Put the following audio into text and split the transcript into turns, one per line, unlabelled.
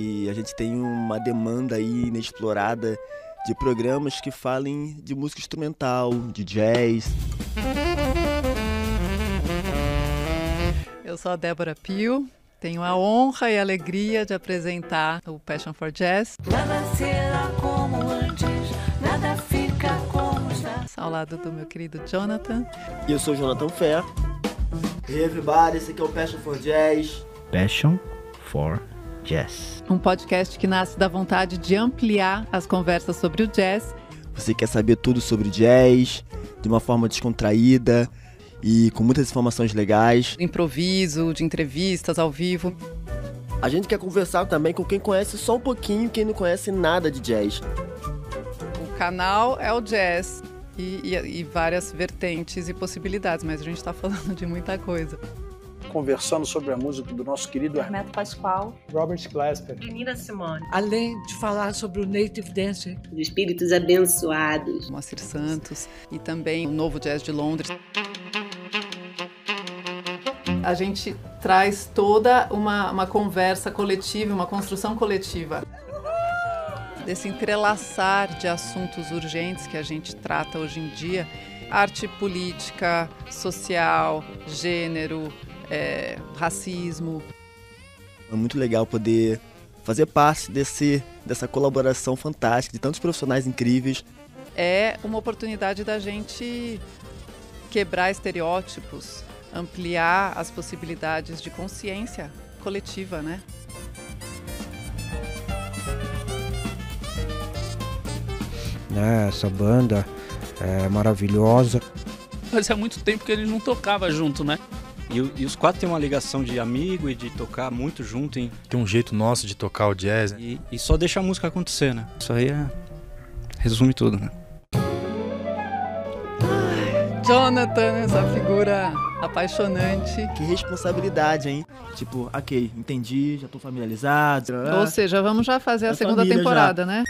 a gente tem uma demanda aí inexplorada de programas que falem de música instrumental, de jazz.
Eu sou a Débora Pio. Tenho a honra e a alegria de apresentar o Passion for Jazz.
Nada será como antes, nada fica como está.
Ao lado do meu querido Jonathan.
E eu sou o Jonathan Fé.
Hey everybody, esse aqui é o Passion for Jazz.
Passion for Jazz.
Um podcast que nasce da vontade de ampliar as conversas sobre o jazz.
Você quer saber tudo sobre jazz, de uma forma descontraída e com muitas informações legais.
Improviso, de entrevistas ao vivo.
A gente quer conversar também com quem conhece só um pouquinho, quem não conhece nada de jazz.
O canal é o jazz e, e- e várias vertentes e possibilidades, mas a gente está falando de muita coisa.
conversando sobre a música do nosso querido Hermeto.
Hermeto Pascoal.
Robert Glasper.
Nina Simone.
além de falar sobre o native dancer.
Os espíritos abençoados.
Moacir Santos e também o Novo Jazz de Londres. A gente traz toda uma, uma conversa coletiva, uma construção coletiva. Desse entrelaçar de assuntos urgentes que a gente trata hoje em dia, arte política, social, gênero, eh, racismo.
É muito legal poder fazer parte desse, dessa colaboração fantástica de tantos profissionais incríveis.
é uma oportunidade da gente quebrar estereótipos, ampliar as possibilidades de consciência coletiva, né?
né? Essa banda é maravilhosa.
Mas há muito tempo que eles não tocavam junto, né? E, o- e os quatro têm uma ligação de amigo e de tocar muito junto. hein?
Tem um jeito nosso de tocar o jazz. né?
E, e só deixa a música acontecer, né? Isso aí é... resume tudo, né?
Jonathan, essa figura apaixonante.
Que responsabilidade, hein? Tipo, ok, entendi, já tô familiarizado.
Ou seja, vamos já fazer a
Ah. Da
segunda
família
temporada, né?